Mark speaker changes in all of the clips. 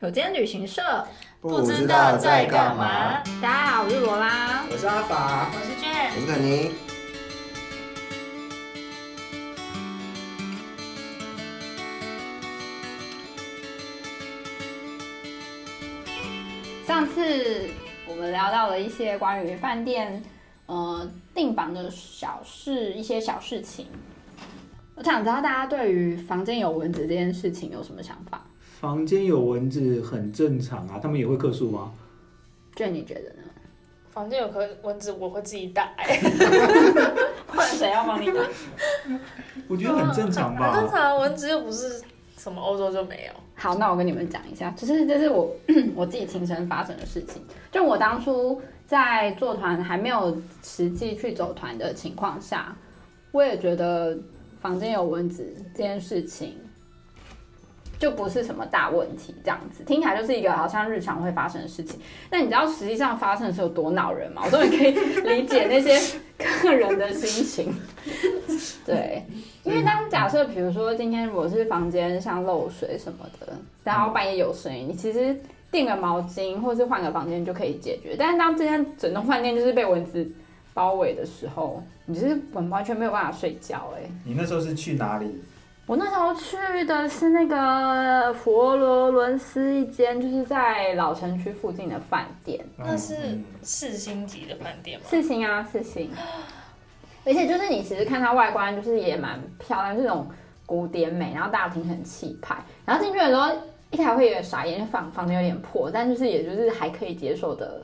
Speaker 1: 有间旅行社，
Speaker 2: 不知道在干嘛。
Speaker 1: 大家好，我是罗拉，
Speaker 2: 我是阿法，
Speaker 1: 我是娟
Speaker 2: 我。是肯尼。
Speaker 3: 上次我们聊到了一些关于饭店，呃，订房的小事，一些小事情。我想知道大家对于房间有蚊子这件事情有什么想法？
Speaker 4: 房间有蚊子很正常啊，他们也会客诉吗？
Speaker 3: 卷你觉得呢？
Speaker 5: 房间有颗蚊子，我会自己打、欸。
Speaker 3: 换 谁要帮你打？
Speaker 4: 我觉得很正
Speaker 5: 哦
Speaker 4: 常
Speaker 5: 很正
Speaker 4: 吧。
Speaker 5: 常，啊蚊子又不是什么欧洲就没有。
Speaker 3: 好，那我跟你们讲一下，就是这是我 我自己亲身发生的事情。就我当初在做团还没有实际去走团的情况下，我也觉得房间有蚊子这件事情就不是什么大问题，这样子听起来就是一个好像日常会发生的事情。那你知道实际上发生的是有多恼人吗？我终于可以理解那些 客人的心情。对，因为嗯当假设，比如说今天我是房间像漏水什么的，然后半夜有声音，你其实订个毛巾或是换个房间就可以解决。但是当今天整栋饭店就是被蚊子包围的时候，你就是完完全没有办法睡觉、欸。哎，
Speaker 2: 你那时候是去哪里？
Speaker 3: 我那时候去的是那个佛罗伦斯一间，就是在老城区附近的饭店。
Speaker 2: 嗯
Speaker 5: 那是四星级的饭店吗？
Speaker 3: 四星啊，四星。 而且就是你其实看它外观就是也蛮漂亮，这种古典美，然后大厅很气派。然后进去的时候，一开始会有点傻眼，就房房间有点破，但就是也就是还可以接受的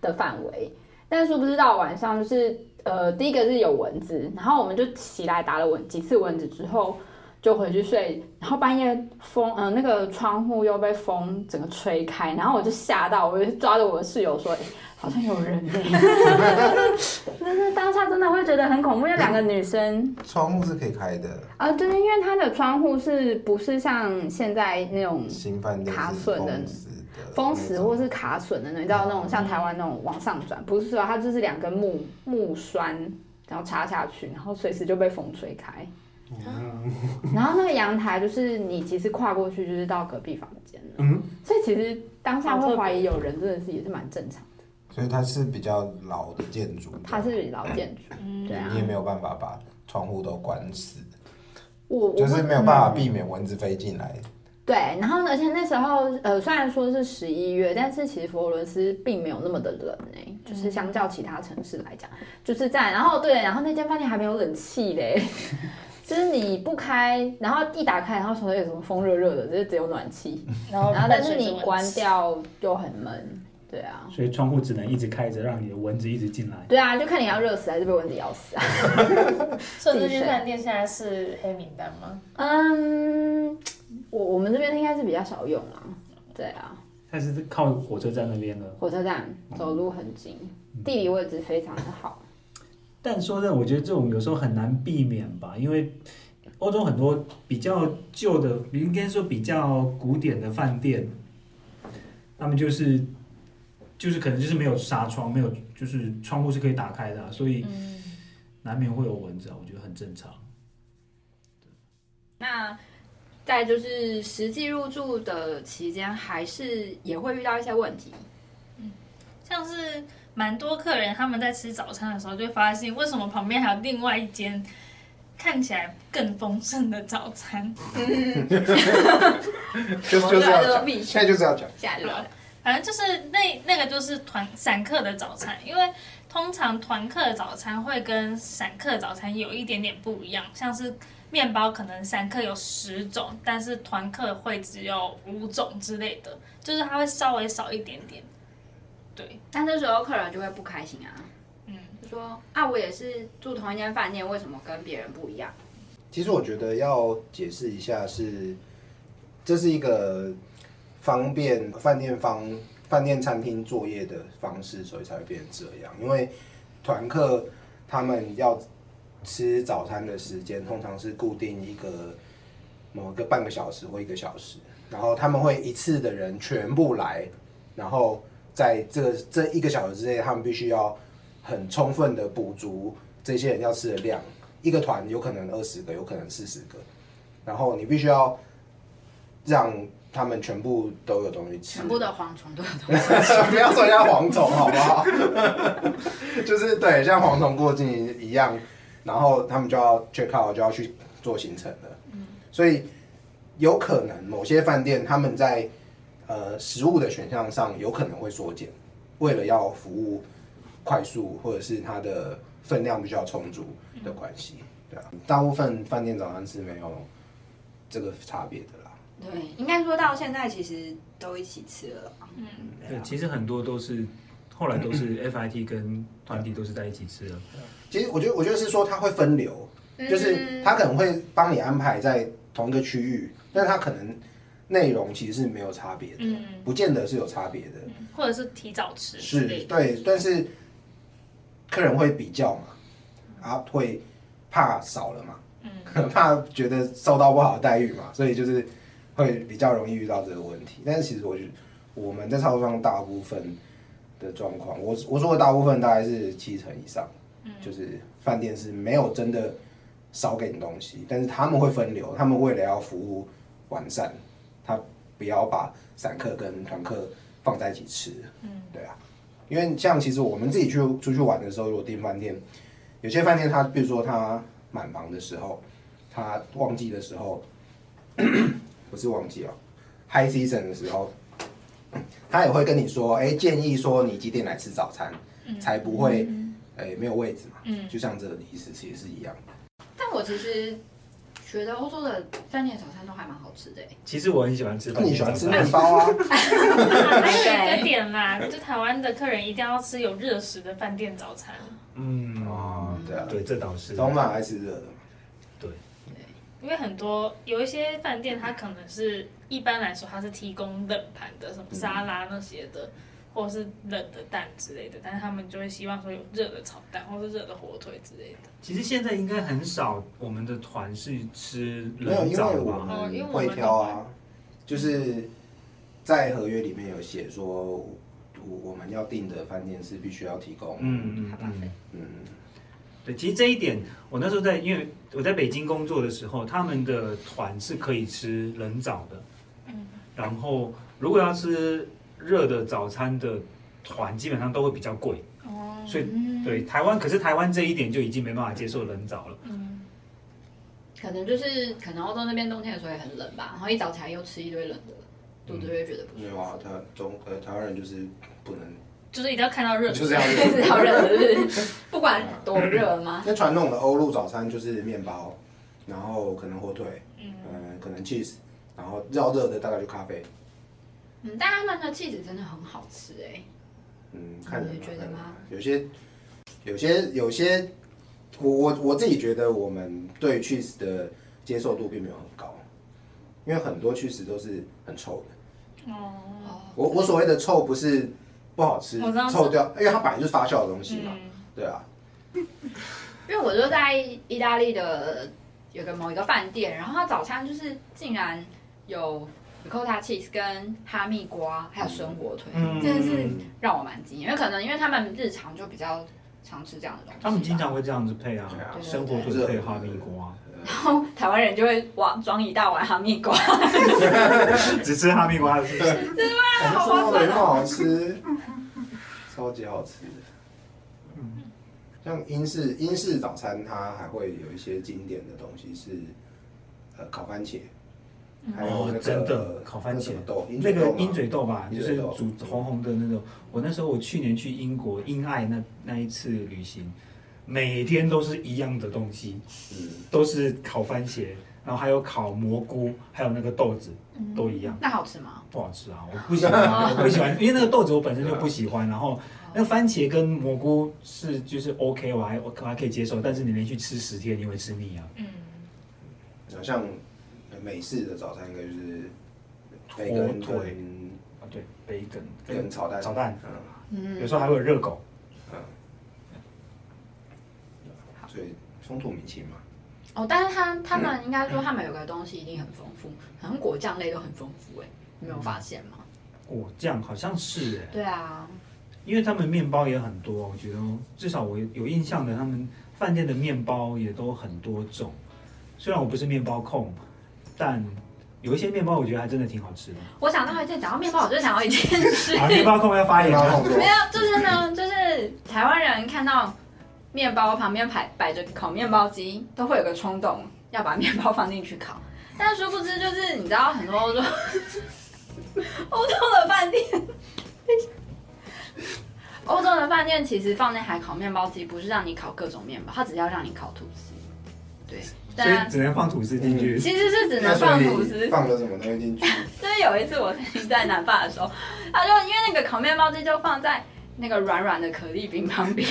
Speaker 3: 的范围。但是殊不知到晚上就是呃，第一个是有蚊子，然后我们就起来打了蚊几次蚊子之后。就回去睡，然后半夜风，嗯、那个窗户又被风整个吹开，然后我就吓到，我就抓着我的室友说，欸好像有人欸但是当下真的会觉得很恐怖，有两个女生，
Speaker 2: 窗户是可以开的，
Speaker 3: 啊，就是因为它的窗户是不是像现在那种
Speaker 2: 新饭店
Speaker 3: 卡
Speaker 2: 是
Speaker 3: 榫的
Speaker 2: 封死的，
Speaker 3: 封死或是卡榫的那种，你知道那种像台湾那种往上转，不是说它就是两根木木栓，然后插下去，然后随时就被风吹开。嗯然后那个阳台就是你其实跨过去就是到隔壁房间了，
Speaker 4: 嗯，
Speaker 3: 所以其实当下
Speaker 5: 好特
Speaker 3: 会
Speaker 5: 别
Speaker 3: 怀疑有人真的是也是蛮正常的，
Speaker 2: 所以它是比较老的建筑的，
Speaker 3: 它是老建筑，对啊
Speaker 2: 你，也没有办法把窗户都关死，
Speaker 3: 我我
Speaker 2: 就是
Speaker 3: 会
Speaker 2: 没有办法避免蚊子飞进来。
Speaker 3: 对，然后呢而且那时候呃，虽然说是十一月，但是其实佛罗伦斯并没有那么的冷哎、就是相较其他城市来讲，就是在然后对，然后那间饭店还没有冷气嘞，就是你不开，然后一打开，然后手头有什么风热热的，就是只有暖气，
Speaker 5: 然后
Speaker 3: 然后但是
Speaker 5: 水
Speaker 3: 你
Speaker 5: 蚊子
Speaker 3: 关，掉又很闷，对啊，
Speaker 4: 所以窗户只能一直开着，让你的蚊子一直进来。
Speaker 3: 对啊，就看你要热死还是被蚊子咬死啊。
Speaker 5: 所以这间饭店现在是黑名单吗？
Speaker 3: 嗯，我我们这边应该是比较少用啦，对啊，
Speaker 4: 但是靠火车站那边的，
Speaker 3: 火车站走路很近，地理位置非常的好。
Speaker 4: 但说真的，我觉得这种有时候很难避免吧，因为欧洲很多比较旧的，应该说比较古典的饭店，他们就是就是可能就是没有纱窗，没有就是窗户是可以打开的啊、所以
Speaker 5: 嗯，
Speaker 4: 难免会有蚊子啊，我觉得很正常。
Speaker 3: 那再就是实际入住的期间，还是也会遇到一些问题。
Speaker 5: 像是蛮多客人他们在吃早餐的时候就发现，为什么旁边还有另外一间看起来更丰盛的早餐？
Speaker 2: 就
Speaker 3: 我来了必须
Speaker 2: 在就是要讲，
Speaker 3: 下楼，
Speaker 5: 反正就是那那个就是团散客的早餐，因为通常团客的早餐会跟散客的早餐有一点点不一样，像是面包可能散客有十种，但是团客会只有五种之类的，就是它会稍微少一点点。对，
Speaker 3: 但这时候客人就会不开心啊，
Speaker 5: 嗯，
Speaker 3: 就说啊，我也是住同一间饭店，为什么跟别人不一样？
Speaker 6: 其实我觉得要解释一下是，这是一个方便饭店方饭店餐厅作业的方式，所以才会变成这样。因为团客他们要吃早餐的时间通常是固定一个某个半个小时或一个小时，然后他们会一次的人全部来，然后在这个这一个小时之内，他们必须要很充分的补足这些人要吃的量。一个团有可能二十个，有可能四十个，然后你必须要让他们全部都有东西吃，
Speaker 3: 全部的蝗虫都有 东
Speaker 6: 不要说人家蝗虫好不好？ 就是对，像蝗虫过境一样，然后他们就要 check out 就要去做行程了。所以有可能某些饭店他们在呃食物的选项上有可能会缩减，为了要服务快速或者是它的分量比较充足的关系，对啊，大部分饭店早餐是没有这个差别的啦。
Speaker 3: 西。对，应该说到现在其实都一起吃了。
Speaker 5: 嗯，
Speaker 3: 啊
Speaker 4: 对，啊其实很多都是后来都是 FIT 跟团体都是在一起吃的，
Speaker 6: 其实我觉得，我觉得是说它会分流，
Speaker 3: 啊
Speaker 6: 就是他可能会帮你安排在同一个区域，但他可能内容其实是没有差别的，
Speaker 5: 嗯
Speaker 6: 不见得是有差别的，
Speaker 5: 或者是提早吃之
Speaker 6: 是
Speaker 5: 类 的，
Speaker 6: 对，但是客人会比较嘛，啊，会怕少了嘛，嗯， 怕觉得受到不好的待遇嘛，所以就是会比较容易遇到这个问题。但是其实我觉得我们在操作上大部分的状况，我我说的大部分大概是七成以上，
Speaker 5: 嗯
Speaker 6: 就是饭店是没有真的少给你东西，但是他们会分流，他们为了要服务完善，他不要把散客跟团客放在一起吃，嗯，对啊，因为像其实我们自己去出去玩的时候，如果订饭店，有些饭店它比如说它满房的时候，它旺季的时候， 不是旺季哦，high season 的时候，他也会跟你说，哎、建议说你几点来吃早餐，才不会哎、没有位置嘛，
Speaker 5: 嗯
Speaker 6: 就像这个意思其实是一样的。
Speaker 3: 但我其实觉得欧洲的饭店早餐都还蛮好吃的欸，
Speaker 4: 其实我很喜欢吃
Speaker 6: 那
Speaker 4: 饭
Speaker 6: 你
Speaker 4: 店
Speaker 6: 喜
Speaker 4: 早
Speaker 6: 欢吃
Speaker 4: 餐
Speaker 6: 面，包啊？
Speaker 5: 还有一个点啦，就台湾的客人一定要吃有热食的饭店早餐，
Speaker 4: 嗯，
Speaker 6: 哦，对啊，
Speaker 4: 对，这倒是，
Speaker 6: 早晚还是热的嘛。
Speaker 4: 对，
Speaker 5: 因为很多有一些饭店，它可能是一般来说它是提供冷盘的，什么沙拉那些的，或者是冷的蛋之类的，但是他们就会希望说有热的炒蛋或者热的火腿之类的。
Speaker 4: 其实现在应该很少我们的团是吃
Speaker 6: 没有，
Speaker 4: 冷
Speaker 6: 因
Speaker 4: 早
Speaker 6: 为我
Speaker 4: 吧？
Speaker 5: 哦因为
Speaker 6: 们
Speaker 5: 我
Speaker 6: 会
Speaker 5: 们
Speaker 6: 挑啊，就是在合约里面有写说，我我们要订的饭店是必须要提供，嗯
Speaker 4: 嗯嗯嗯，
Speaker 6: 嗯，
Speaker 4: 对，其实这一点，我那时候在，因为我在北京工作的时候，他们的团是可以吃冷早的，
Speaker 5: 嗯，
Speaker 4: 然后如果要吃热的早餐的团，基本上都会比较贵，
Speaker 5: 哦
Speaker 4: 所以
Speaker 3: 嗯，
Speaker 4: 对台湾，可是台湾这一点就已经没办法接受冷早了，
Speaker 5: 嗯，
Speaker 3: 可能就是可能欧洲那边冬天的时候也很冷吧，然后一早起来又吃一堆冷的，肚子就会觉得不
Speaker 6: 没
Speaker 3: 舒
Speaker 6: 有
Speaker 3: 服
Speaker 6: 啊，。他中呃台湾人就是不能，
Speaker 5: 就是一定要看到热
Speaker 6: 就
Speaker 5: 食
Speaker 6: 是要
Speaker 3: 一直要热的，是不是不管多热吗？
Speaker 6: 那传统的欧陆早餐就是面包，然后可能火腿，嗯、可能 cheese，然后要热的大概就咖啡，
Speaker 3: 嗯，但他们的气质真的很好吃哎，
Speaker 6: 嗯，看人
Speaker 3: 你
Speaker 6: 吧
Speaker 3: 觉得
Speaker 6: 看人
Speaker 3: 吗
Speaker 6: 吧有些，有些，有些，我我我自己觉得我们对 cheese 的接受度并没有很高，因为很多 cheese 都是很臭的。
Speaker 5: 哦，
Speaker 6: 我我所谓的臭不是不好吃
Speaker 5: 我知道，是
Speaker 6: 臭掉，因为它本来就是发酵的东西嘛，
Speaker 5: 嗯
Speaker 6: 对啊，
Speaker 3: 因为我就在意大利的有个某一个饭店，然后他早餐就是竟然有 ricotta cheese 跟哈密瓜，还有生火腿，
Speaker 4: 嗯
Speaker 3: 真的是让我蛮惊艳。因为可能因为他们日常就比较常吃这样的东西吧，
Speaker 4: 他们经常会这样子配啊
Speaker 6: 对啊，
Speaker 4: 生火
Speaker 6: 对
Speaker 4: 腿
Speaker 6: 对
Speaker 4: 配
Speaker 6: 对
Speaker 4: 哈密瓜，
Speaker 3: 然后台湾人就会哇装一大碗哈密瓜，
Speaker 4: 只吃哈密瓜是不是
Speaker 6: 哎
Speaker 3: 好
Speaker 6: 生
Speaker 3: 划
Speaker 6: 活的
Speaker 3: 算哦
Speaker 6: 很好吃，超级好吃的。像英式英式早餐，它还会有一些经典的东西是，呃，烤番茄，还有那
Speaker 4: 哦
Speaker 6: 个，
Speaker 4: 真的烤番
Speaker 6: 那
Speaker 4: 茄
Speaker 6: 什么豆，鹰嘴
Speaker 4: 那个
Speaker 6: 豆吗
Speaker 4: 鹰嘴豆吧，就
Speaker 6: 鹰
Speaker 4: 是
Speaker 6: 嘴豆
Speaker 4: 煮红红的那种。我那时候我去年去英国英爱那那一次旅行，每天都是一样的东西，
Speaker 6: 嗯，
Speaker 4: 都是烤番茄，然后还有烤蘑菇，还有那个豆子，
Speaker 5: 嗯
Speaker 4: 都一样，
Speaker 3: 那好吃吗？
Speaker 4: 不好吃啊，我不 喜欢，我不喜欢，因为那个豆子我本身就不喜
Speaker 6: 啊
Speaker 4: 欢，然后
Speaker 6: 嗯
Speaker 4: 那个番茄跟蘑菇是就是 OK，我还我还可以接受，但是你连续吃十天你会吃腻啊。
Speaker 5: 嗯，
Speaker 6: 然后像美式的早餐，应该就是呃培根
Speaker 4: 火腿
Speaker 6: 跟
Speaker 4: 啊，对，培根
Speaker 6: 嗯跟炒蛋，
Speaker 4: 炒蛋，
Speaker 6: 嗯，
Speaker 3: 嗯
Speaker 4: 有时候还会有热狗。
Speaker 6: 所以风土民情嘛，
Speaker 3: 哦，但是他他们应该说他们有个东西一定很丰富，好像果酱类都很丰富哎，你没有发现吗？
Speaker 4: 果酱哦好像是哎、
Speaker 3: 对啊，
Speaker 4: 因为他们面包也很多，我觉得至少我有印象的，他们饭店的面包也都很多种。虽然我不是面包控，但有一些面包我觉得还真的挺好吃的。
Speaker 3: 我想到一件，讲到面包，我就想到一件事，
Speaker 4: 啊，面包控要发言
Speaker 6: 然
Speaker 4: 了。
Speaker 6: 后
Speaker 3: 没有，就是呢，就是台湾人看到面包旁边摆摆着烤面包机，都会有个冲动要把面包放进去烤， 但殊不知就是你知道很多欧洲 欧洲的饭店。 欧洲的饭店其实放那台烤面包机，不是让你烤各种面包，它只是要让你烤吐司。对，
Speaker 4: 所
Speaker 3: 但
Speaker 4: 以只能放吐司进去。
Speaker 3: 其实是只
Speaker 6: 那
Speaker 3: 能
Speaker 6: 所
Speaker 3: 放吐司
Speaker 6: 以。放了什么东西进去？
Speaker 3: 就是有一次我曾经在南霸的时候， 他就因为那个烤面包机就放在那个软软的可丽饼旁边，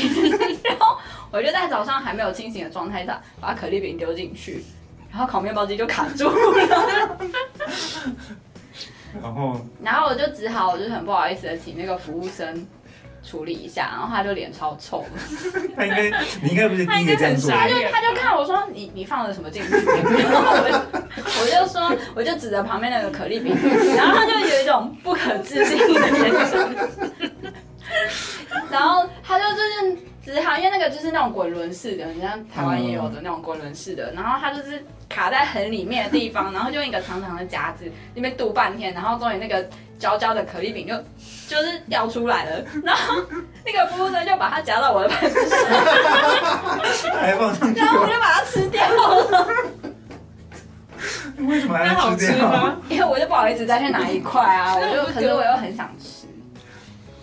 Speaker 3: 然后我就在早上还没有清醒的状态下把可丽饼丢进去，然后烤面包机就卡住了，
Speaker 4: 然后
Speaker 3: 然后我就只好我就很不好意思的请那个服务生处理一下，然后他就脸超臭的，
Speaker 4: 他应该，你应该不是第一个这样做
Speaker 5: 他
Speaker 3: 他
Speaker 5: 应该很傻
Speaker 3: 就
Speaker 5: 眼
Speaker 3: 他就看我说你你放了什么进去，然后我就 我就说我就指着旁边那个可丽饼，然后他就有一种不可置信的眼神， 然后他就就是只好因为那个就是那种滚轮式的，你像台湾也有的那种滚轮式的，然后他就是卡在很里面的地方，然后就用一个长长的夹子那边嘟半天，然后终于那个焦焦的可丽饼就就是掉出来了，然后那个服务生就把它夹到我的盘子上。
Speaker 4: 还放上去
Speaker 3: 然，后我就把它吃掉了，
Speaker 4: 为什么还
Speaker 5: 那
Speaker 4: 要
Speaker 5: 好
Speaker 4: 吃
Speaker 5: 吃
Speaker 4: 这样？
Speaker 5: 吗？
Speaker 3: 因为我就不好意思再去拿一块啊，我
Speaker 5: 那
Speaker 3: 就
Speaker 5: 不
Speaker 3: 可
Speaker 5: 丢
Speaker 3: 是我又很想吃，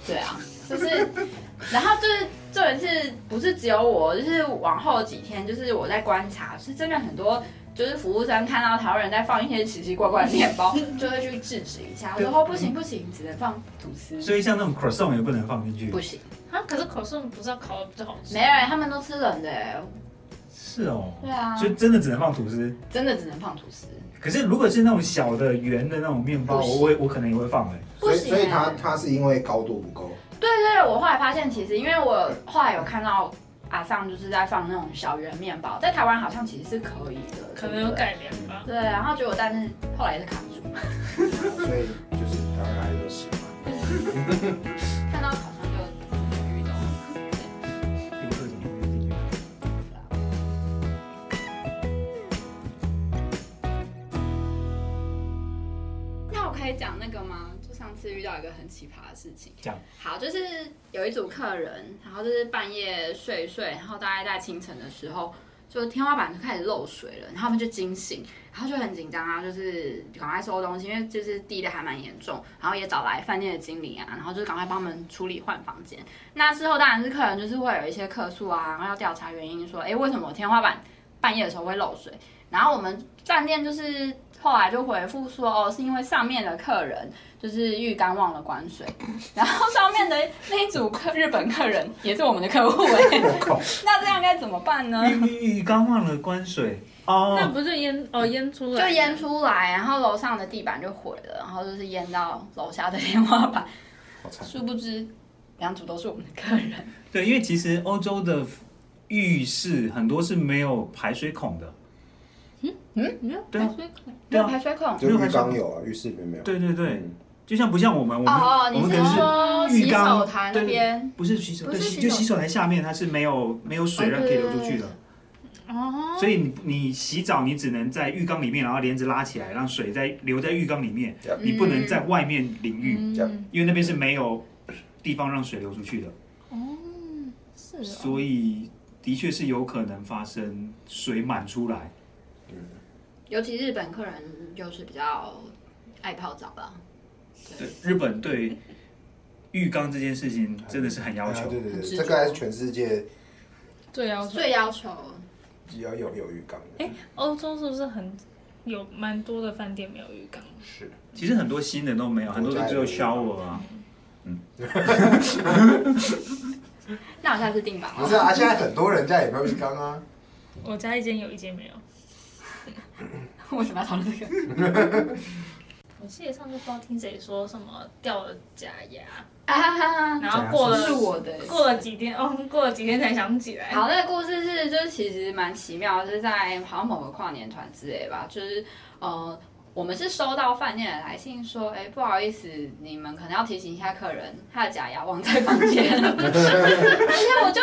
Speaker 3: 对啊，就是， 然后就是这人是不是只有我，就是往后几天，就是我在观察，是真的很多。就是服务生看到台湾人在放一些奇奇怪怪的面 包，就会去制止一下，我说哦不行不行，只能放吐司，
Speaker 4: 所以像那种 croissant 也不能放进去
Speaker 3: 不。行，
Speaker 5: 啊，可是口颂不是要烤的比较好吃？
Speaker 3: 没人他们都吃冷的欸，
Speaker 4: 是哦。
Speaker 3: 对啊
Speaker 4: 所，以真的只能放吐司。
Speaker 3: 真的只能放吐司，
Speaker 4: 可是如果是那种小的圆的那种面包，
Speaker 3: 不行
Speaker 4: 我我我可能也会放哎。
Speaker 3: 不
Speaker 6: 所以
Speaker 5: 啊
Speaker 3: 行欸。
Speaker 6: 所以它它是因为高度不够，
Speaker 3: 对对，我后来发现，其实因为我后来有看到阿尚就是在放那种小圆面包，在台湾好像其实是可以的，
Speaker 5: 可能
Speaker 3: 对
Speaker 5: 有
Speaker 3: 不对。
Speaker 5: 改良吧。
Speaker 3: 对，然后结果但是后来也是卡住，
Speaker 6: 所以就是台湾人还是有喜欢。
Speaker 3: 看到烤箱就犹豫的。
Speaker 4: 有各种东西进去。
Speaker 3: 那我可以讲那个吗？就上次遇到一个很奇葩的事情。
Speaker 4: 讲
Speaker 3: 好，就是有一组客人，然后就是半夜睡一睡，然后大概在清晨的时候，就天花板就开始漏水了，然后他们就惊醒，然后就很紧张啊，就是赶快收东西，因为就是滴的还蛮严重，然后也找来饭店的经理啊，然后就是赶快帮他们处理换房间。那事后当然是客人就是会有一些客诉啊，然后要调查原因说，哎，为什么我天花板半夜的时候会漏水？然后我们饭店就是后来就回复说，哦，是因为上面的客人就是浴缸忘了关水，然后上面的那一组客日本客人也是我们的客户哎、
Speaker 6: 我 靠，
Speaker 3: 那这样该怎么办呢？
Speaker 4: 浴浴缸忘了关水
Speaker 5: 那
Speaker 4: 哦，
Speaker 5: 不就腌哦腌出
Speaker 3: 就
Speaker 5: 来？
Speaker 3: 淹出来，然后楼上的地板就毁了，然后就是淹到楼下的天花板。
Speaker 6: 好惨！
Speaker 3: 殊不知，两组都是我们的客人。
Speaker 4: 对，因为其实欧洲的浴室很多是没有排水孔的。
Speaker 3: 嗯，没有
Speaker 4: 对啊
Speaker 3: 排水孔，没
Speaker 4: 对啊
Speaker 3: 有排水孔。
Speaker 6: 就浴缸有啊，浴室里面没有。
Speaker 4: 对对对，
Speaker 6: 嗯，
Speaker 4: 就像不像我们，我们、
Speaker 3: 哦哦，
Speaker 4: 我
Speaker 3: 你
Speaker 4: 们可
Speaker 3: 是
Speaker 4: 能是
Speaker 3: 说
Speaker 4: 浴
Speaker 3: 洗
Speaker 4: 缸
Speaker 3: 手台那边？
Speaker 4: 不是洗手，
Speaker 3: 不
Speaker 4: 对，
Speaker 3: 是
Speaker 4: 洗
Speaker 3: 洗
Speaker 4: 就
Speaker 3: 手
Speaker 4: 洗手台下面它是没有没有水
Speaker 3: 哦
Speaker 4: 让可以
Speaker 3: 对
Speaker 4: 流出去的，
Speaker 5: 哦，
Speaker 4: 所以你你洗澡你只能在浴缸里面，然后帘子拉起来，让水在留在浴缸里面，
Speaker 3: 嗯
Speaker 6: Yep
Speaker 4: 你不能在外面淋浴，
Speaker 5: 嗯
Speaker 6: 这样
Speaker 4: 因为那边是没有地方让水流出去的，
Speaker 5: 哦，是哦。
Speaker 4: 所以的确是有可能发生水满出来。
Speaker 3: 尤其日本客人就是比较爱泡澡吧。
Speaker 4: 对，日本对浴缸这件事情真的是很要
Speaker 6: 啊
Speaker 4: 求
Speaker 6: 对。对
Speaker 3: 很
Speaker 6: 对，
Speaker 3: 执
Speaker 6: 这
Speaker 3: 着
Speaker 6: 个还是全世界
Speaker 5: 对啊，所以
Speaker 3: 最要求
Speaker 6: 只要有有浴缸的。
Speaker 5: 哎欧洲是不是很有蛮多的饭店没有浴缸？
Speaker 6: 是，
Speaker 4: 其实很多新的都没有，很多都只有 shower 啊。
Speaker 3: 那我下次订吧。
Speaker 6: 不是啊？现在很多人家也没有浴缸啊。
Speaker 5: 我家一间有一间没有。
Speaker 3: 为什么要讨论这个？
Speaker 5: 我记得上次不知道听谁说什么掉了假牙，
Speaker 3: 啊哈哈哈，
Speaker 5: 然后过
Speaker 3: 是
Speaker 5: 了
Speaker 3: 我的。
Speaker 5: 过了几天，哦，过了几天才想起来。
Speaker 3: 好，那个故事是，就是其实蛮奇妙的，就是在好像某个跨年团之类吧，就是呃，我们是收到饭店的来信说，哎、不好意思，你 们可能要提醒一下客人，他的假牙忘在房间了。而且我就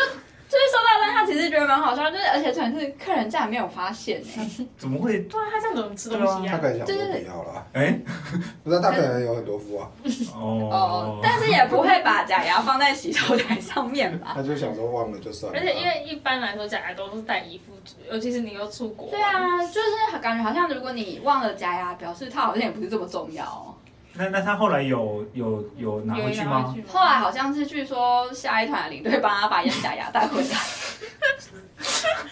Speaker 3: 就是收到但他其实觉得蛮好笑，就是而且重点是客人竟然没有发现哎、
Speaker 4: 怎么会？
Speaker 5: 对啊，他这样怎么吃东西
Speaker 6: 他
Speaker 5: 啊？
Speaker 6: 可能想
Speaker 3: 就
Speaker 6: 说
Speaker 3: 是
Speaker 6: 不要啦，
Speaker 4: 哎，
Speaker 6: 不知道他可能有很多副啊，
Speaker 3: 哦
Speaker 4: 哦，，
Speaker 3: 但是也不会把假牙放在洗手台上面吧？
Speaker 6: 他就想说忘了就算
Speaker 5: 嗯
Speaker 6: 了。
Speaker 5: 而且因为一般来说，假牙都是带衣服，尤其是你又出国，
Speaker 3: 对，啊，就是感觉好像如果你忘了假牙，表示它好像也不是这么重要、哦。
Speaker 4: 那那他后来有有有拿
Speaker 5: 有
Speaker 4: 回去
Speaker 5: 人
Speaker 4: 吗？
Speaker 5: 去吗？
Speaker 3: 后来好像是据说下一团的领队帮他把眼假牙带回 来，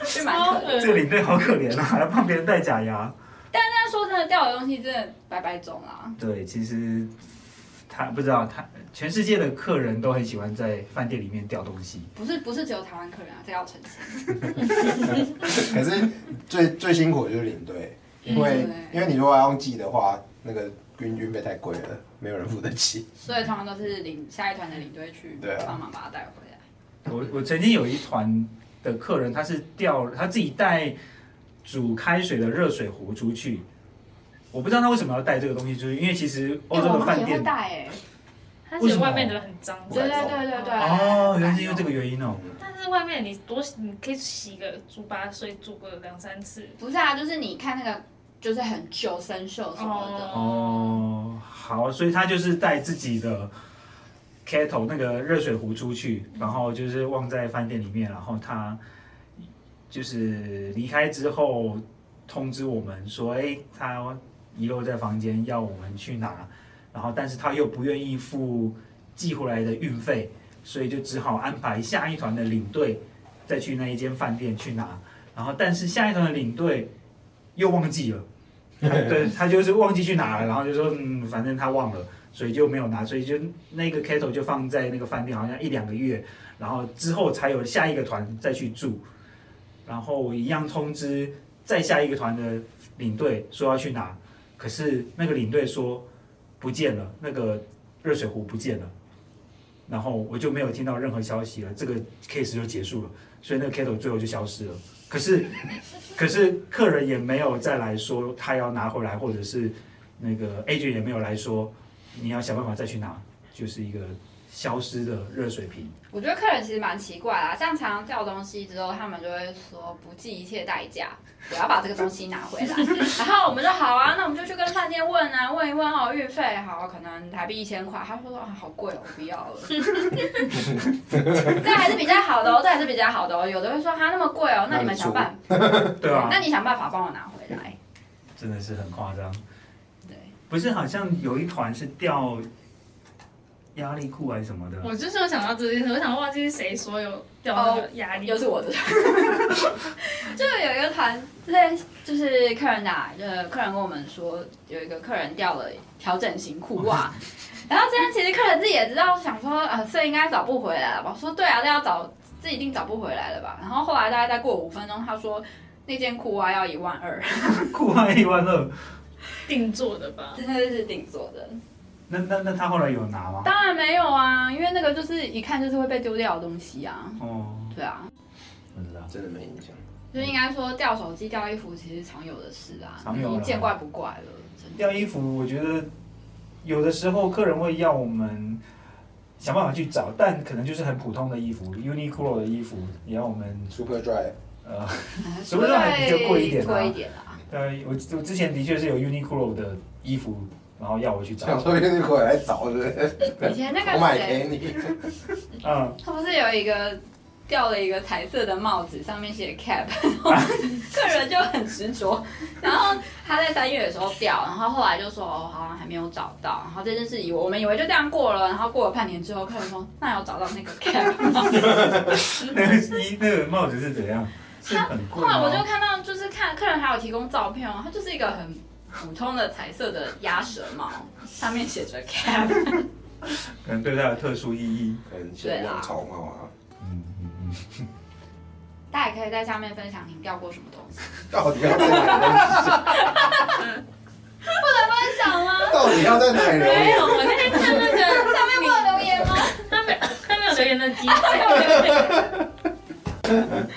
Speaker 3: 就蛮可
Speaker 5: 超
Speaker 3: 怜。
Speaker 5: 恶
Speaker 4: 这个领队好可怜啊，还要帮别人戴假牙。
Speaker 3: 但说真的，掉的东西真的白啊白种啦。
Speaker 4: 对，其实他不知道，他全世界的客人都很喜欢在饭店里面掉东西。
Speaker 3: 不是不是只有台湾客人啊，这要澄清。
Speaker 6: 可是最最辛苦的就是领队，因为
Speaker 3: 嗯对
Speaker 6: 因为你如果要用寄的话，那个运运费太贵了，没有人付得起。
Speaker 3: 所以通常都是领下一团的领队去
Speaker 6: 对啊
Speaker 3: 帮忙把它带回来。
Speaker 4: 我我曾经有一团的客人，他是掉他自己带煮开水的热水壶出去，我不知道他为什么要带这个东西出去，因为其实欧
Speaker 3: 哎、
Speaker 4: 洲
Speaker 3: 我妈
Speaker 4: 的哦饭
Speaker 3: 也会
Speaker 4: 店
Speaker 3: 带哎、
Speaker 5: 他觉得外面的很脏，
Speaker 6: 为
Speaker 3: 对
Speaker 6: 什
Speaker 3: 对
Speaker 6: 么
Speaker 3: 对对对。
Speaker 4: 哦，原来是因为这个原因哦。
Speaker 5: 但是外面你多你可以洗个煮把水煮个两三次，
Speaker 3: 不是啊，就是你看那个，就是很旧生锈什么的。
Speaker 4: 哦，好，所以他就是带自己的 kettle 那个热水壶出去，然后就是忘在饭店里面，然后他就是离开之后通知我们说，哎，他遗漏在房间，要我们去拿，然后但是他又不愿意付寄回来的运费，所以就只好安排下一团的领队再去那一间饭店去拿，然后但是下一团的领队又忘记了。 对他就是忘记去拿了，然后就说嗯，反正他忘了，所以就没有拿，所以就那个 kettle 就放在那个饭店，好像一两个月，然后之后才有下一个团再去住，然后我一样通知再下一个团的领队说要去拿，可是那个领队说不见了，那个热水壶不见了，然后我就没有听到任何消息了，这个 case 就结束了，所以那个 kettle 最后就消失了，可是。可是客人也没有再来说他要拿回来，或者是那个 agent 也没有来说你要想办法再去拿，就是一个消失的热水 瓶。
Speaker 3: 我觉得客人其实蛮奇怪啦，像常常掉东西之后，他们就会说不计一切代价，我要把这个东西拿回来。然后我们就好啊，那我们就去跟饭店问啊，问一问哦，运费好，可能台币一千块，他说啊好贵哦，我不要了。这还是比较好的哦，这还是比较好的哦。有的会说哈那么贵哦，那你们想办法，
Speaker 4: 对啊，
Speaker 3: 那你想办法帮我拿回来。
Speaker 4: 真的是很夸张。
Speaker 3: 对，
Speaker 4: 不是好像有一团是掉压力裤还是什么的，
Speaker 5: 我就是有想到这件事，我想忘记是谁说有掉那个压力，
Speaker 3: 又是我的， 就有一个团，在就是客人打，呃，客人跟我们说，有一个客人掉了调整型裤袜， 然后这样其实客人自己也知道，想说啊，这应该找不回来了吧？我说对啊，这要找，这一定找不回来了吧？然后后来大概再过五分钟，他说那件裤袜要一万二，
Speaker 4: 裤换一万二。
Speaker 5: 定做的吧？
Speaker 3: 真的是定做的。
Speaker 4: 那那那他后来有拿吗？
Speaker 3: 当然没有啊，因为那个就是一看就是会被丢掉的东西啊。
Speaker 4: 哦，
Speaker 3: 对啊，
Speaker 4: 不知道。
Speaker 6: 真的没影响。
Speaker 3: 就应该说掉手机、掉衣服，其实常有的事啊，
Speaker 4: 常
Speaker 3: 已
Speaker 4: 有啦
Speaker 3: 经见怪不怪了。真的
Speaker 4: 掉 衣服，我觉得有的时候客人会要我们想办法去找，但可能就是很普通的衣服，Uniqlo 的衣服，也要我们
Speaker 6: Super Dry，
Speaker 4: 呃，
Speaker 3: 是
Speaker 4: 是
Speaker 3: 不
Speaker 4: 不
Speaker 3: 是
Speaker 4: 是还比较贵一点啊
Speaker 3: 贵一点啊。
Speaker 4: 呃，我我之前的确是有 Uniqlo 的衣服，然后要我去
Speaker 6: 想
Speaker 4: 找，
Speaker 6: 说运过来找人，
Speaker 3: 以前那
Speaker 6: 我
Speaker 3: 个
Speaker 6: 买给
Speaker 3: 谁，
Speaker 6: 你。
Speaker 4: 嗯，
Speaker 3: 他不是有一个掉了一个彩色的帽子，上面写 cap，客人就很执着。然后他在三月的时候掉，然后后来就说哦，好像还没有找到。然后这件事以为我们以为就这样过了，然后过了半年之后，客人说那有找到那个 cap 吗？
Speaker 4: 那个衣那个帽子是怎样？是很贵
Speaker 3: 后来
Speaker 4: 吗？
Speaker 3: 我就看到，就是看客人还有提供照片哦，它就是一个很普通的彩色的鸭舌帽，上面写着 cap。
Speaker 4: 可能对它有特殊意义。
Speaker 6: 可能先用草帽啊，
Speaker 4: 嗯嗯嗯，
Speaker 3: 大家也可以在下面分享你掉过什么东西。
Speaker 6: 到底要在哪里？
Speaker 3: 分享吗？
Speaker 6: 到底要在哪里
Speaker 5: 没有，
Speaker 6: 容
Speaker 5: 我那天看那个上面
Speaker 3: 有留言吗？
Speaker 5: 他没有他没有留言的机会，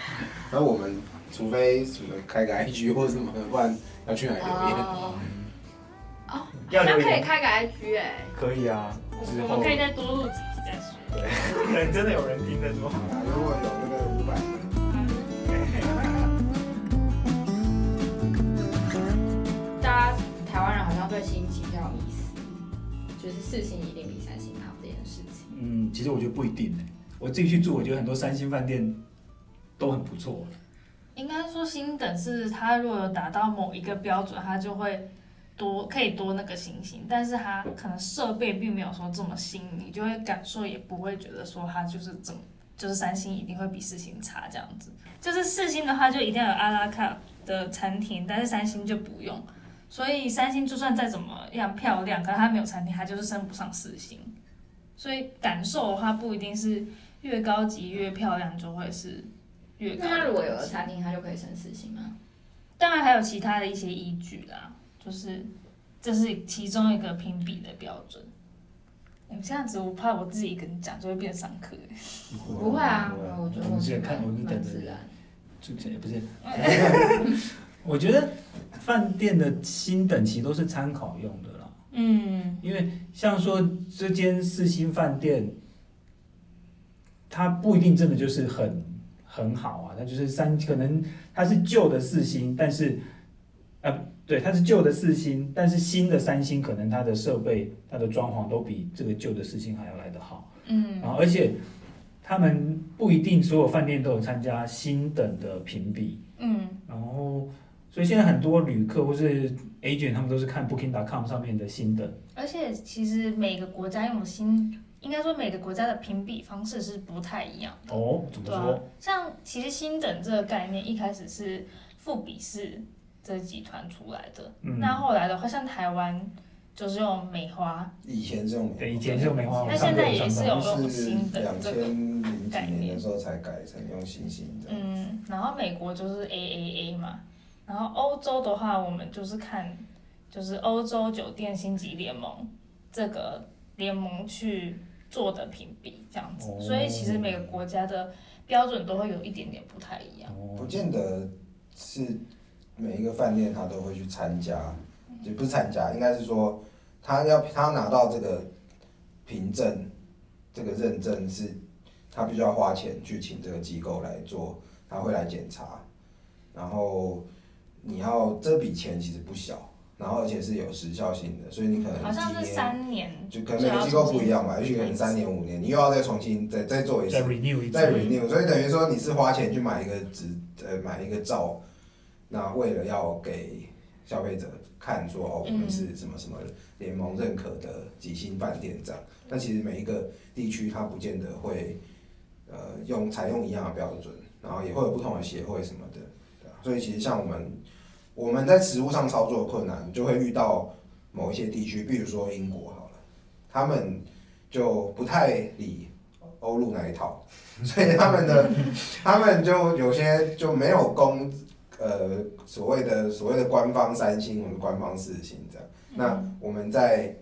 Speaker 6: 那我们除非什么开个 IG 或什么，不然要去哪里留言？
Speaker 3: 哦，哦，
Speaker 7: 好
Speaker 4: 要
Speaker 7: 像
Speaker 4: 留
Speaker 7: 可以
Speaker 4: 言
Speaker 7: 开个 IG 哎、
Speaker 4: 可以啊，之
Speaker 5: 我
Speaker 4: 后
Speaker 5: 们可以再多录几集再说。
Speaker 4: 可能真的有人听得说。
Speaker 8: 啊如果有那个五百。
Speaker 3: 大家台湾人好像对心机比较有意思，就是四星一定比三星好这件事情。
Speaker 4: 嗯，其实我觉得不一定欸我自己去住，我觉得很多三星饭店都很不错。
Speaker 5: 应该说星等是它如果有达到某一个标准，它就会多可以多那个星星，但是它可能设备并没有说这么新，你就会感受也不会觉得说它就是怎么就是三星一定会比四星差这样子。就是四星的话就一定要有阿拉卡的餐厅，但是三星就不用。所以三星就算再怎么样漂亮，可是它没有餐厅，它就是升不上四星。所以感受的话，不一定是越高级越漂亮就会是越高
Speaker 3: 那
Speaker 5: 的
Speaker 3: 他如果有
Speaker 5: 等
Speaker 3: 了
Speaker 5: 级
Speaker 3: 餐厅，他就可以升四星吗？
Speaker 5: 当然还有其他的一些依据啦，就是这是其中一个评比的标准。你这样子，我怕我自己跟你讲就会变上课、欸。
Speaker 3: 不会啊，我觉得
Speaker 4: 我们是看我们等
Speaker 3: 蛮
Speaker 4: 着
Speaker 3: 自然。
Speaker 4: 住起来不是。 我觉得饭店的星等级都是参考用的啦，
Speaker 5: 嗯，
Speaker 4: 因为像说这间四星饭店，它不一定真的就是很很好啊，它就是三，可能它是旧的四星，但是，呃，对，它是旧的四星，但是新的三星可能它的设备、它的装潢都比这个旧的四星还要来得好。嗯，然后而且他们不一定所有饭店都有参加星等的评比。嗯，然后所以现在很多旅客或是 agent 他们都是看 Booking.com 上面的星等。
Speaker 5: 而且其实每个国家用的新，应该说每个国家的评比方式是不太一样的。
Speaker 4: 哦，怎么
Speaker 5: 对啊
Speaker 4: 说？，
Speaker 5: 像其实星等这个概念一开始是富比士这集团出来的，
Speaker 4: 嗯
Speaker 5: 那后来的话，像台湾就是用梅花，
Speaker 6: 以前这种，
Speaker 4: 对，以前就没花，
Speaker 5: 那现在也是有
Speaker 6: 是
Speaker 5: 用新的
Speaker 6: 两
Speaker 5: 这
Speaker 6: 千
Speaker 5: 个
Speaker 6: 零几
Speaker 5: 概
Speaker 6: 年
Speaker 5: 念
Speaker 6: 的时候才改成用星星的。
Speaker 5: 嗯，然后美国就是 A A A 嘛，然后欧洲的话，我们就是看就是欧洲酒店星级联盟这个联盟去做的评比这样子，
Speaker 4: 哦
Speaker 5: 所以其实每个国家的标准都会有一点点不太一样。
Speaker 6: 不见得是每一个饭店他都会去参加，也不是参加，应该是说他要他拿到这个凭证，这个认证是他必须要花钱去请这个机构来做，他会来检查，然后你要这笔钱其实不小，然后而且是有时效性的，所以你可
Speaker 5: 好
Speaker 6: 能
Speaker 5: 像是
Speaker 6: 几年。
Speaker 5: 三年，
Speaker 6: 嗯就可能每个机构不一样吧，也许可能三年五年，你又要再重新再再做一次
Speaker 4: 再，renew 一
Speaker 6: 再
Speaker 4: 次，
Speaker 6: renew，所以等于说你是花钱去买一个纸，呃，买一个照，那为了要给消费者看说哦，我们是什么什么联盟认可的几星饭店这样。但其实每一个地区它不见得会，呃，用采用一样的标准，然后也会有不同的协会什么的，对啊所以其实像我们我们在实物上操作的困难，就会遇到某一些地区，比如说英国好了，他们就不太理欧陆那一套。 所以他们的 他们就有些就没有公呃所谓的所谓的官方三星或者官方四星这样。那我们在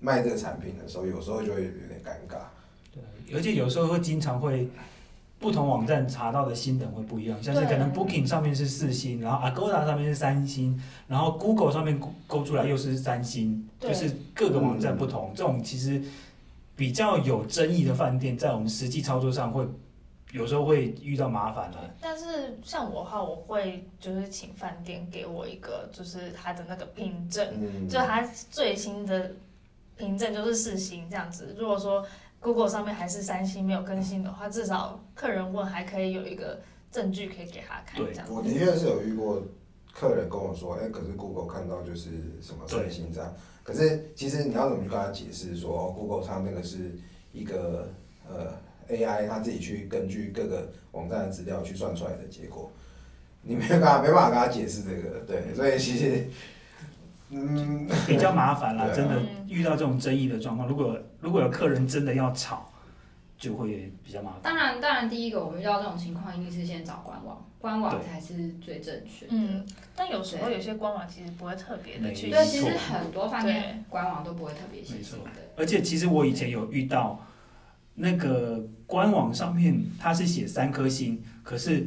Speaker 6: 卖这个产品的时候，有时候就会有点尴尬。
Speaker 4: 对，而且有时候会经常会。不同网站查到的星等会不一样，像是
Speaker 5: 对
Speaker 4: 可能 Booking 上面是四星，然后 Agoda 上面是三星，然后 Google 上面勾勾出来又是三星，
Speaker 5: 对
Speaker 4: 就是各个网
Speaker 6: 嗯
Speaker 4: 站不同。这种其实比较有争议的饭店，在我们实际操作上会有时候会遇到麻烦了。
Speaker 5: 但是像我的话，我会就是请饭店给我一个就是他的那个凭证。
Speaker 6: 嗯，
Speaker 5: 就它最新的凭证就是四星这样子。如果说 Google 上面还是三星没有更新的话，至少客人问还可以有一个证据可以给他看
Speaker 4: 对
Speaker 5: 这样
Speaker 6: 我的确是有遇过客人跟我说，哎、可是 Google 看到就是什么三星这样。可是其实你要怎么去跟他解释说、哦、Google 它那个是一个呃 AI，它自己去根据各个网站的资料去算出来的结果，你没办法没办法跟他解释这个，对，所以其实嗯，
Speaker 4: 比较麻烦啦，
Speaker 6: 对啊
Speaker 4: 真的
Speaker 5: 嗯
Speaker 4: 遇到这种争议的状况，如果如果有客人真的要吵，就会比较麻烦。
Speaker 3: 当然，当然，第一个我们遇到这种情况，一定是先找官网，官网
Speaker 4: 对
Speaker 3: 才是最正确的。
Speaker 5: 嗯，但有时候有些官网其实不会特别的去
Speaker 4: 没
Speaker 3: 对，
Speaker 4: 错
Speaker 3: 其实很多饭店官网都不会特别写信的。
Speaker 4: 而且其实我以前有遇到，那个官网上面它是写三颗星，可是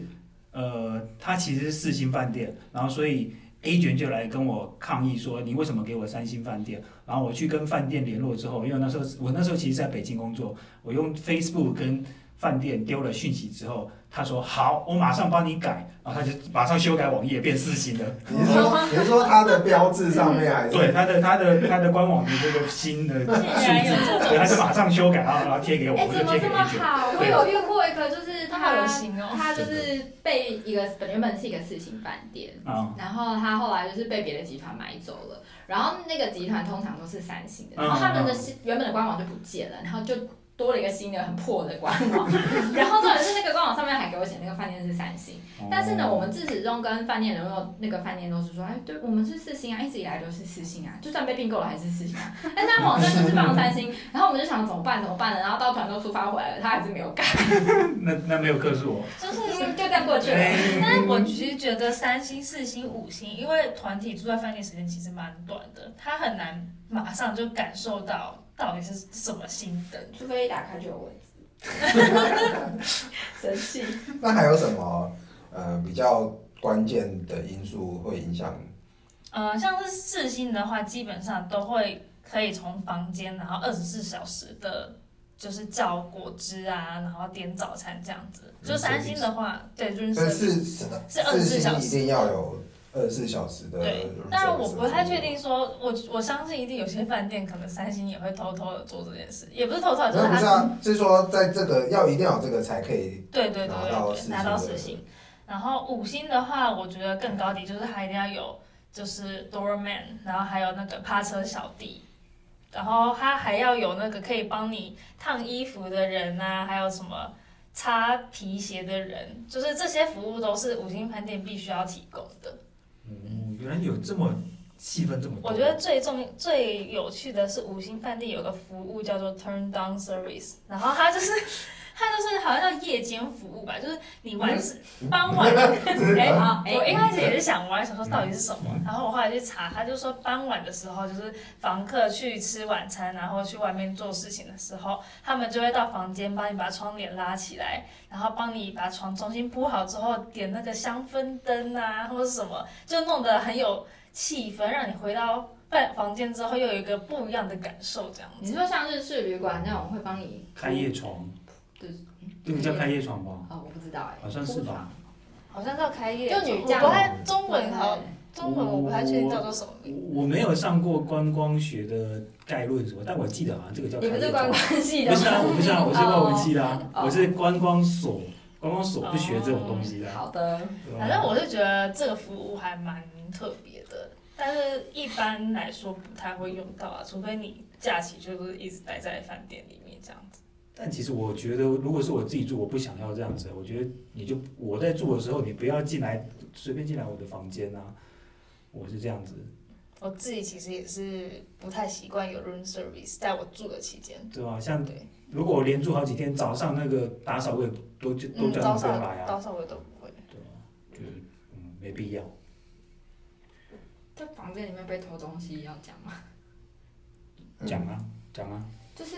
Speaker 4: 呃，它其实是四星饭店，然后所以 A 卷就来跟我抗议说，你为什么给我三星饭店？然后我去跟饭店联络之后，因为那时候我那时候其实在北京工作，我用 Facebook 跟饭店丢了讯息之后，他说好，我马上帮你改，然后他就马上修改网页变四星的。
Speaker 6: 你是说你是说它的标志上面还是？
Speaker 4: 对，他的他的他的官网的这个新的数
Speaker 5: 竟然有
Speaker 4: 字，
Speaker 5: 这种
Speaker 4: 对，他就马上修改，然后然后贴给我，
Speaker 3: 哎，
Speaker 4: 我就
Speaker 3: 怎么
Speaker 4: 贴给
Speaker 3: 这么
Speaker 4: A 卷。
Speaker 3: 好？我有遇过一个，就是
Speaker 5: 他好有
Speaker 3: 他
Speaker 5: 型哦。
Speaker 3: 他就是被一个本原本是一个四星饭店，
Speaker 4: 啊
Speaker 3: 然后他后来就是被别的集团买走了，然后那个集团通常都是三星的，
Speaker 4: 嗯
Speaker 3: 然后他们的新原本的官网就不见了，然后就多了一个新的很破的官网， 然后重点是那个官网上面还给我写那个饭店是三星，
Speaker 4: 哦
Speaker 3: 但是呢，我们自始至终跟饭店联络，那个饭店都是说，哎，对我们是四星啊，一直以来都是四星啊，就算被并购了还是四星啊，但他网站就是放三星，然后我们就想怎么办怎么办呢？然后到团都出发回来了，他还是没有改，
Speaker 4: 那那没有哦克数我。
Speaker 5: 就是
Speaker 3: 嗯就这样过去
Speaker 5: 啊
Speaker 3: 了。
Speaker 4: 哎
Speaker 5: 但是我其实觉得三星、四星、五星，因为团体住在饭店时间其实蛮短的，他很难马上就感受到到底是什么星等。
Speaker 3: 除非一打开就有蚊子，生气。
Speaker 6: 那还有什么呃比较关键的因素会影响？
Speaker 5: 呃，像是四星的话，基本上都会可以从房间，然后二十四小时的，就是叫果汁啊，然后点早餐这样子。就三星的话，对，就是
Speaker 6: 但
Speaker 5: service
Speaker 6: 是呃
Speaker 5: 是24
Speaker 6: 四星
Speaker 5: 小
Speaker 6: 一
Speaker 5: 时
Speaker 6: 定要有二十四小时的。
Speaker 5: 对，当然我不太确。定说，我我相信一定有些饭店可能三星也会偷偷的做这件事，也不是偷偷的，就是
Speaker 6: 那不
Speaker 5: 他
Speaker 6: 是啊，是说在这个要一定要有这个才可 以
Speaker 5: 对对对
Speaker 6: 拿到
Speaker 5: 对对，
Speaker 6: 四星
Speaker 5: 拿到
Speaker 6: 的
Speaker 5: 四星。然后五星的话，我觉得更高级，就是它一定要有就是 doorman，然后还有那个趴车小弟，然后它还要有那个可以帮你烫衣服的人啊，还有什么擦皮鞋的人，就是这些服务都是五星饭店必须要提供的。
Speaker 4: 嗯，原来有这么细分这么多。
Speaker 5: 我觉得最重最有趣的是五星饭店有个服务叫做 turn down service，然后它就是它就是好像叫夜间服务吧，就是你晚上傍 晚，哎、
Speaker 3: 好哎
Speaker 5: 我一开始也是想玩，想说到底是什么，然后我后来去查，他就说傍晚的时候就是房客去吃晚餐，然后去外面做事情的时候，他们就会到房间帮你把窗帘拉起来，然后帮你把床重新铺好之后，点那个香氛灯啊，或者什么，就弄得很有气氛，让你回到饭房间之后又有一个不一样的感受，这样
Speaker 3: 你
Speaker 5: 子。
Speaker 3: 说像日式旅馆那种会帮你
Speaker 4: 开夜床，
Speaker 3: 对，
Speaker 4: 这个叫开夜床吧？
Speaker 3: 哦，我不知道哎、
Speaker 4: 好像是吧？
Speaker 5: 好像叫开业，
Speaker 3: 就女
Speaker 5: 我
Speaker 3: 将
Speaker 5: 不太中
Speaker 3: 铺
Speaker 5: 文好，中文我不太确定
Speaker 4: 我
Speaker 5: 叫做什么名字。
Speaker 4: 我没有上过观光学的概论什么，但我记得好像啊这个叫开
Speaker 3: 你不
Speaker 4: 业
Speaker 3: 是
Speaker 4: 床
Speaker 3: 观。光系的
Speaker 4: 不
Speaker 3: 吗？
Speaker 4: 是啊，我不是啊，我是外文系的啊，
Speaker 3: 哦
Speaker 4: 我是观光所，观光所不学这种东西的啊。
Speaker 3: 好的，
Speaker 4: 对吧
Speaker 5: 反正我是觉得这个服务还蛮特别的，但是一般来说不太会用到啊，除非你假期就是一直待在饭店里面这样子。
Speaker 4: 但其实我觉得，如果是我自己住，我不想要这样子。我觉得你就我在住的时候，你不要进来，随便进来我的房间啊。我是这样子，
Speaker 5: 我自己其实也是不太习惯有 room service，在我住的期间，
Speaker 4: 对吧、像
Speaker 5: 对，
Speaker 4: 如果我连住好几天，早上那个打扫我也都就都
Speaker 5: 嗯，早
Speaker 4: 叫你不要
Speaker 5: 上
Speaker 4: 来啊，
Speaker 5: 早上我也都不会。
Speaker 4: 对吧、就是嗯没必要。
Speaker 3: 在房间里面被偷东西要讲吗？
Speaker 6: 嗯
Speaker 4: 讲啊讲啊，
Speaker 3: 就是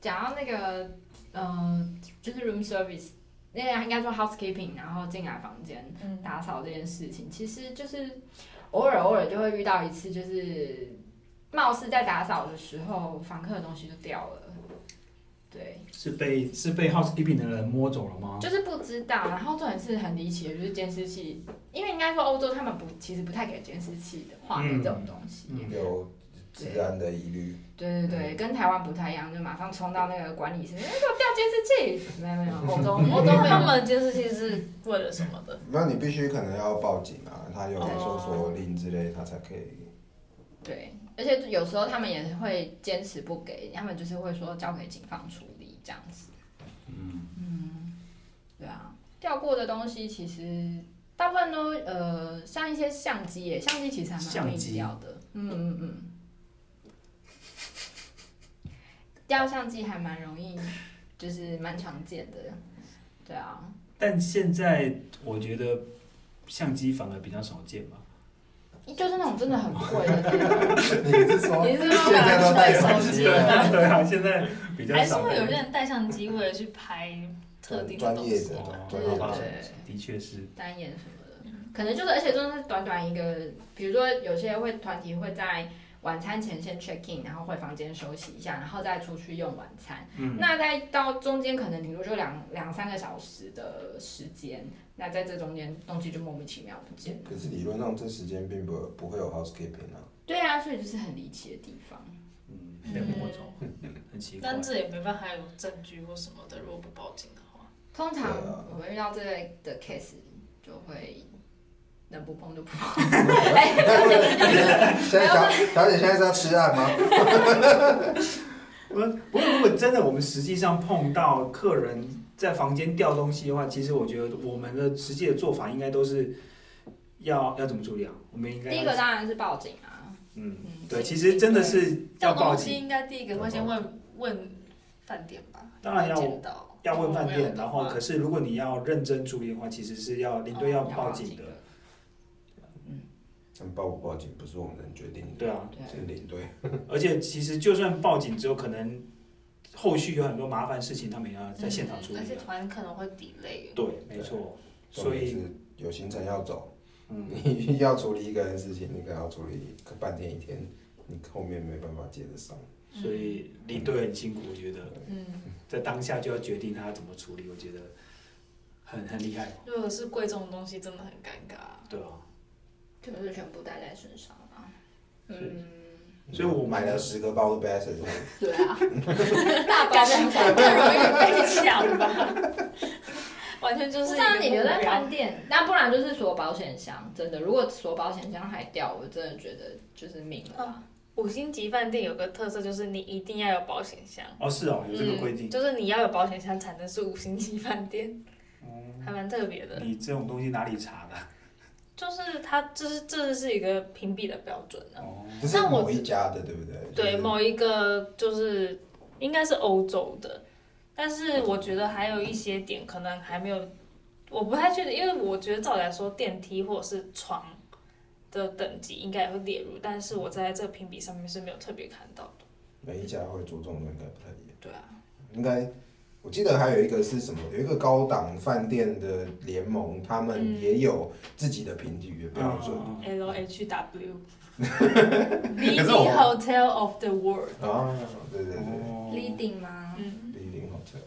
Speaker 3: 讲到那个，呃，就是 room service，那个应该说 housekeeping，然后进来房间
Speaker 5: 嗯，
Speaker 3: 打扫这件事情，其实就是偶尔偶尔就会遇到一次，就是貌似在打扫的时候，房客的东西就掉了，对，
Speaker 4: 是被是被 housekeeping 的人摸走了吗？
Speaker 3: 就是不知道。然后重点是很离奇的，就是监视器，因为应该说欧洲他们不其实不太给监视器的画面这种东西，
Speaker 4: 嗯
Speaker 6: 有治安的疑虑。
Speaker 3: 对对对，跟台湾不太一样，就马上冲到那个管理室，哎、给我掉监视器，没有 没有，欧洲
Speaker 5: 我
Speaker 3: 欧
Speaker 5: 懂
Speaker 3: 洲没
Speaker 5: 他
Speaker 3: 有。
Speaker 5: 们监视器是为了什么的？
Speaker 6: 那你必须可能要报警啊，他有搜
Speaker 5: 哦
Speaker 6: 索令之类，他才 可以。
Speaker 3: 对，而且有时候他们也会坚持不给，他们就是会说交给警方处理这样子。
Speaker 4: 嗯，
Speaker 3: 对啊，掉过的东西其实大部分都呃，像一些相机耶，相机其实还蛮容
Speaker 4: 相
Speaker 3: 易
Speaker 4: 机
Speaker 3: 掉的。嗯嗯嗯，掉相机还蛮容易，就是蛮常见的。对啊，
Speaker 4: 但现在我觉得相机反而比较少见吧。
Speaker 3: 就是那种真的很贵的，
Speaker 6: 你是说
Speaker 3: 你是
Speaker 6: 现在都带手机
Speaker 4: 对
Speaker 6: 了？
Speaker 4: 啊，对啊，现在比较
Speaker 5: 还是
Speaker 4: 少。
Speaker 5: 会有人带相机为了去拍特定的
Speaker 6: 专
Speaker 5: 东
Speaker 6: 业
Speaker 5: 西啊
Speaker 6: 的？
Speaker 4: 哦
Speaker 6: 专业
Speaker 3: 对
Speaker 6: 的
Speaker 3: 对
Speaker 4: 的确是。
Speaker 3: 单眼什么的。可能就是而且就是短短一个，比如说有些会团体会在晚餐前先 check in，然后回房间休息一下，然后再出去用晚餐。
Speaker 4: 嗯，
Speaker 3: 那再到中间可能顶多就两两三个小时的时间，那在这中间东西就莫名其妙不见了。
Speaker 6: 可是理论上这时间并不不会有 housekeeping 啊，
Speaker 3: 对啊，所以就是很离奇的地方。
Speaker 4: 嗯，两魔种， 很奇怪
Speaker 5: 但。这也没办法有证据或什么的，如果不报警的话，
Speaker 3: 通常
Speaker 6: 对啊
Speaker 3: 我们遇到这类的 case 就会能不碰就不碰。哎、
Speaker 6: 现在小小姐现在是要吃案吗？
Speaker 4: 不，不过如果真的我们实际上碰到客人在房间掉东西的话，其实我觉得我们的实际的做法应该都是要要怎么处理啊？我们应该
Speaker 3: 第一个当然是报警啊。
Speaker 4: 嗯，
Speaker 3: 嗯，
Speaker 4: 对，其实真的是要
Speaker 5: 掉
Speaker 4: 报
Speaker 5: 东西
Speaker 4: 警，
Speaker 5: 应该第一个会先问问饭店吧，
Speaker 4: 当然要
Speaker 5: 见到
Speaker 4: 要问饭
Speaker 5: 如果哦没
Speaker 4: 店，
Speaker 5: 有的
Speaker 4: 然
Speaker 5: 话
Speaker 4: 后可是如果你要认真处理的话，其实是要领队要
Speaker 3: 嗯
Speaker 4: 报警的，
Speaker 6: 但报不报警不是我们能决定的，
Speaker 4: 对啊，
Speaker 3: 对，
Speaker 6: 是领队。
Speaker 4: 而且其实就算报警之后，可能后续有很多麻烦事情，他们也要在现场处
Speaker 5: 嗯
Speaker 4: 理
Speaker 5: 而且
Speaker 4: 啊。
Speaker 5: 团可能会 delay。
Speaker 4: 对，没错，
Speaker 6: 重
Speaker 4: 所
Speaker 6: 点
Speaker 4: 以
Speaker 6: 是有行程要走，
Speaker 4: 嗯。
Speaker 6: 你要处理一个人的事情，你可能要处理个半天一天，你后面没办法接得上。
Speaker 4: 所以领队很辛苦，我觉得
Speaker 5: 嗯，
Speaker 4: 在当下就要决定他怎么处理，我觉得很很厉害，
Speaker 5: 如果是贵重的东西，真的很尴尬。
Speaker 4: 对啊。
Speaker 3: 就是全部带在身上啊。嗯，
Speaker 4: 所以我
Speaker 6: 买了十个包的 b a s s e t
Speaker 3: 对啊，大包小包更容易被抢吧。
Speaker 5: 完全就是一个
Speaker 3: 那你留在
Speaker 5: 目标
Speaker 3: 饭店，那不然就是锁保险箱。真的，如果锁保险箱还掉，我真的觉得就是命了啊。
Speaker 5: 五星级饭店有个特色就是你一定要有保险箱，嗯
Speaker 4: 哦是哦，有这个规定，
Speaker 5: 就是你要有保险箱才能是五星级饭店，
Speaker 4: 哦
Speaker 5: 还蛮特别的。
Speaker 4: 你这种东西哪里查的？
Speaker 5: 就是它，就是这是一个评比的标准啊。
Speaker 4: 哦，
Speaker 6: 不是
Speaker 5: 但我
Speaker 6: 某一家的，对不对？
Speaker 5: 对，
Speaker 6: 就是
Speaker 5: 某一个就是应该是欧洲的，但是我觉得还有一些点可能还没有，我不太确定，因为我觉得照理来说电梯或者是床的等级应该也会列入，但是我在这个评比上面是没有特别看到的。
Speaker 6: 每一家会注重的应该不太一样。
Speaker 5: 对啊，
Speaker 6: 应该我记得还有一个是什么？有一个高档饭店的联盟，他们
Speaker 5: 嗯
Speaker 6: 也有自己的评级的标准。
Speaker 4: 嗯
Speaker 5: L H W
Speaker 6: 可
Speaker 5: Leading
Speaker 6: 是我
Speaker 5: Hotel of the World，
Speaker 6: 啊，对对对
Speaker 4: 哦，
Speaker 3: Leading 吗？
Speaker 5: 嗯，
Speaker 6: ，Leading Hotel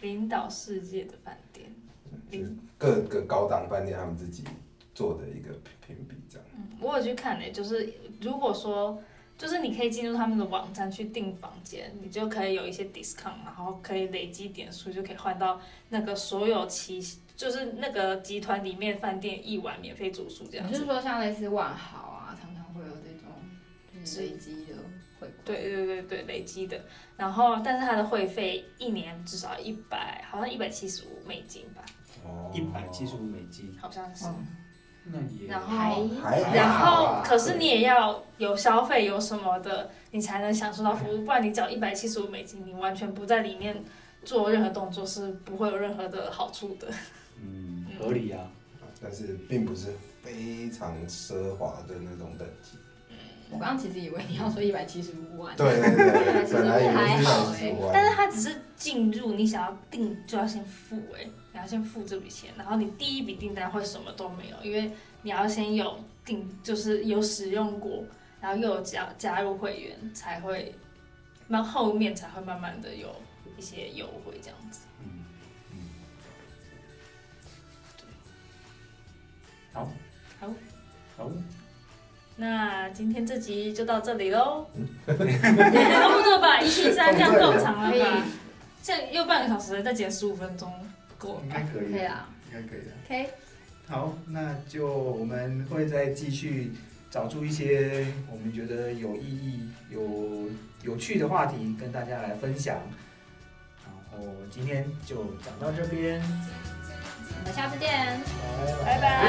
Speaker 5: 领导世界的饭店。
Speaker 6: 就是各个高档饭店他们自己做的一个评评比，这样。
Speaker 5: 嗯，我有去看诶、就是如果说，就是你可以进入他们的网站去订房间，你就可以有一些 discount，然后可以累积点数，就可以换到那个所有其就是那个集团里面饭店一晚免费住宿这样
Speaker 3: 你是
Speaker 5: 子。
Speaker 3: 说像类似万豪啊，常常会有这种就是累积的回馈？
Speaker 5: 对对对对，累积的。然后，但是它的会费一年至少一百，好像一百七十五美金吧，
Speaker 6: 哦
Speaker 4: 一百七十五美金，
Speaker 5: 好像是。
Speaker 3: 嗯，
Speaker 4: 那也
Speaker 5: 然后
Speaker 3: 还
Speaker 6: 还好啊
Speaker 5: 然后，可是你也要有消费，有什么的，你才能享受到服务。不然你只要一百七十五美金，你完全不在里面做任何动作，是不会有任何的好处的。
Speaker 4: 嗯合理啊，
Speaker 6: 但是并不是非常奢华的那种等级。
Speaker 3: 我刚刚其实以为你要说一百七十五万，
Speaker 6: 对对对，
Speaker 3: 其实
Speaker 6: 本来以为
Speaker 3: 还
Speaker 6: 是
Speaker 3: 好
Speaker 6: 三十
Speaker 3: 欸
Speaker 6: 五
Speaker 5: 但是
Speaker 6: 万，
Speaker 5: 它只是进入，你想要订就要先付哎、你要先付这笔钱，然后你第一笔订单会什么都没有，因为你要先有订，就是有使用过，然后又有加加入会员，才会慢后面才会慢慢的有一些优惠这样子。
Speaker 4: 嗯嗯，好，
Speaker 5: 好，
Speaker 4: 好，
Speaker 5: 那今天这集就到这里喽， 差不多吧，一七三这样够长了
Speaker 3: 可以
Speaker 5: 吧？这样又半个小时，再减十五分钟够了
Speaker 9: 应
Speaker 5: 吧
Speaker 9: 该？可以，
Speaker 5: 啊
Speaker 3: 可以啦
Speaker 9: 应该可以的。
Speaker 3: ，OK，
Speaker 9: 好，那就我们会再继续找出一些我们觉得有意义、有有趣的话题跟大家来分享。然后今天就讲到这边，
Speaker 3: 我们下次见。
Speaker 9: 拜拜
Speaker 5: 拜拜。